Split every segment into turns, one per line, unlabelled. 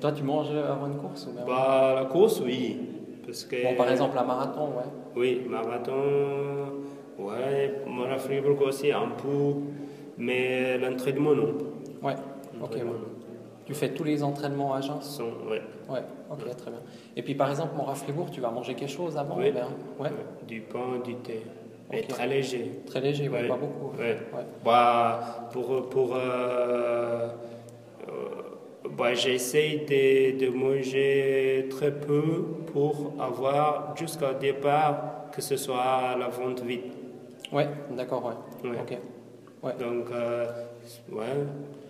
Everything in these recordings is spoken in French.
Toi, tu manges avant une course ou même-
Bah, la course, oui. Parce que,
Bon, Par exemple, un marathon, ouais.
Oui, marathon, ouais, marathon Fribourg aussi, un peu. Mais l'entraînement, non.
Ouais, ok.
L'entraînement,
ouais. Tu fais tous les entraînements à jeun
non. Sans- ouais.
Ouais, ok, très bien. Et puis par exemple, Mora Fribourg, tu vas manger quelque chose avant
Oui.
ben, ouais.
Du pain, du thé. Et
Ok.
très léger.
Très léger, ouais,
Ouais.
pas beaucoup.
Ouais.
Ouais.
Bah, pour, pour, euh, euh, bah, j'essaie de, de manger très peu pour avoir jusqu'au départ que ce soit la vente vite.
Ouais, d'accord, ouais.
Ouais.
Ok.
Donc, euh, ouais,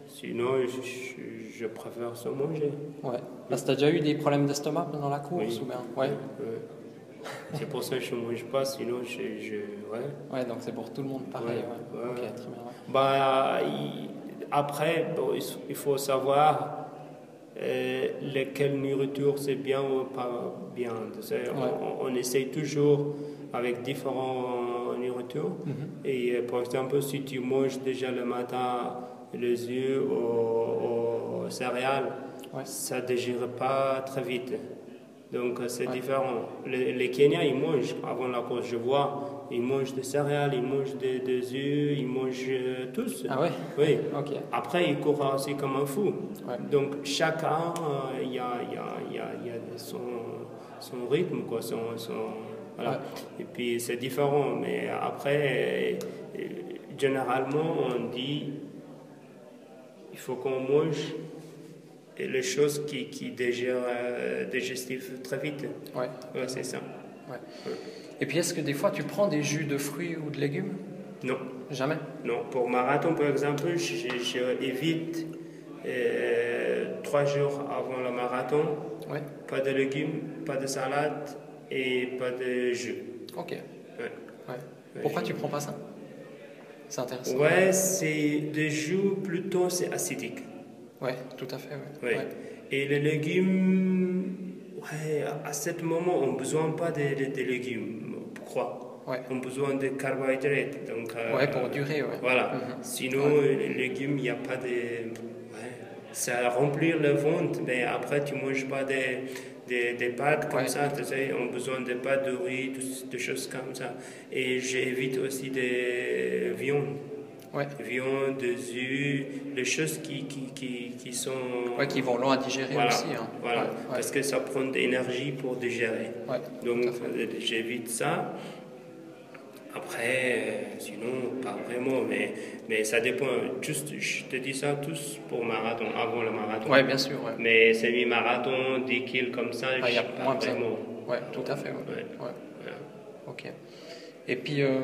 sinon je- je, je préfère se manger.
Ouais. Parce que t'as déjà eu des problèmes d'estomac pendant la course
Oui.
ou bien Ouais.
Ouais. C'est pour ça que je ne mange pas, sinon je. je ouais.
Ouais, donc c'est pour tout le monde pareil. Ouais.
Ouais, ouais.
Ok, très bien. ouais.
Bah, il- après, bon, il s- il faut savoir euh, quelle nourriture c'est bien ou pas bien. Tu sais, on-
Ouais.
on, on essaye toujours avec différentes nourritures.
Mhm.
Et euh, par exemple, si tu manges déjà le matin les œufs aux, aux céréales,
Ouais.
ça ne digère pas très vite. Donc euh, c'est
Ouais.
différent. Les, les Kenyans, ils mangent, avant la course, je vois, ils mangent des céréales, ils mangent des, des œufs, ils mangent euh, tous.
Ah ouais
Oui.
Ok.
Après, ils courent aussi comme un fou.
Ouais.
Donc chacun, euh, il y, a, il y a- il y a- il y a son, son rythme, quoi, son, son- voilà.
Ouais.
Et puis c'est différent, mais après, euh, euh, généralement, on dit il faut qu'on mange les choses qui, qui digèrent euh, digestif très vite.
Ouais.
Voilà, c'est ça.
ouais. Et puis est-ce que des fois tu prends des jus de fruits ou de légumes
Non,
Jamais.
non. Pour marathon, par exemple, je, je évite euh, trois jours avant le marathon.
Ouais.
Pas de légumes, pas de salade et pas de jus.
Ok.
Ouais,
Ouais.
Ouais,
Pourquoi
je-
tu prends pas ça C'est intéressant.
Ouais, c'est des jus plutôt c'est acidique.
Ouais, tout à fait. Ouais.
Ouais. Et les légumes, ouais, à- à ce moment on besoin pas de, de- de légumes. Pourquoi
Ouais.
On besoin de carbohydrates. Donc, euh,
Ouais, pour durer, ouais.
Voilà.
Mhm.
Sinon, les légumes, il n'y a pas de. Ouais. Ça remplit le ventre, mais après, tu ne manges pas des, des, des pâtes comme
Ouais.
ça. Tu sais, on a besoin de pâtes de riz, tout- des choses comme ça. Et j'évite aussi des viandes.
Ouais.
Viandes, des œufs, les choses qui, qui, qui, qui sont.
Ouais, qui vont long à digérer
Voilà.
aussi. hein.
Voilà.
Ouais,
Parce que ça prend de l'énergie pour digérer.
ouais.
Donc
Tout à fait.
euh, j'évite ça. Après, euh, sinon, pas vraiment, mais, mais ça dépend. Juste, je te dis ça tous pour marathon, avant le marathon.
Ouais, bien sûr. Ouais,
Mais semi-marathon, 10 kills comme ça,
Ah,
je
y a
pas
moins besoin.
vraiment. hein.
Ouais, tout à fait. ouais.
Ouais,
Ouais,
voilà.
ok. Et puis euh,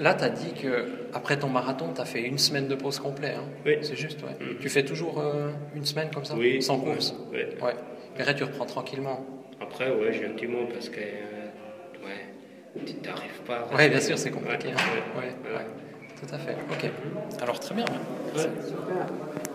là, tu as dit que après ton marathon, tu as fait une semaine de pause complète. hein.
Oui.
C'est juste, ouais.
Mhm.
Tu fais toujours euh, une semaine comme ça
Oui,
Sans
ouais,
course
ouais.
Ouais. Mais là, tu reprends tranquillement.
Après, ouais, gentiment, parce que, euh, ouais, tu n'arrives pas. à
Ouais, bien sûr, c'est
Ouais,
compliqué. hein.
ouais,
Ouais,
voilà.
ouais. Tout à fait. Ok. Alors, très bien.
Ouais, super.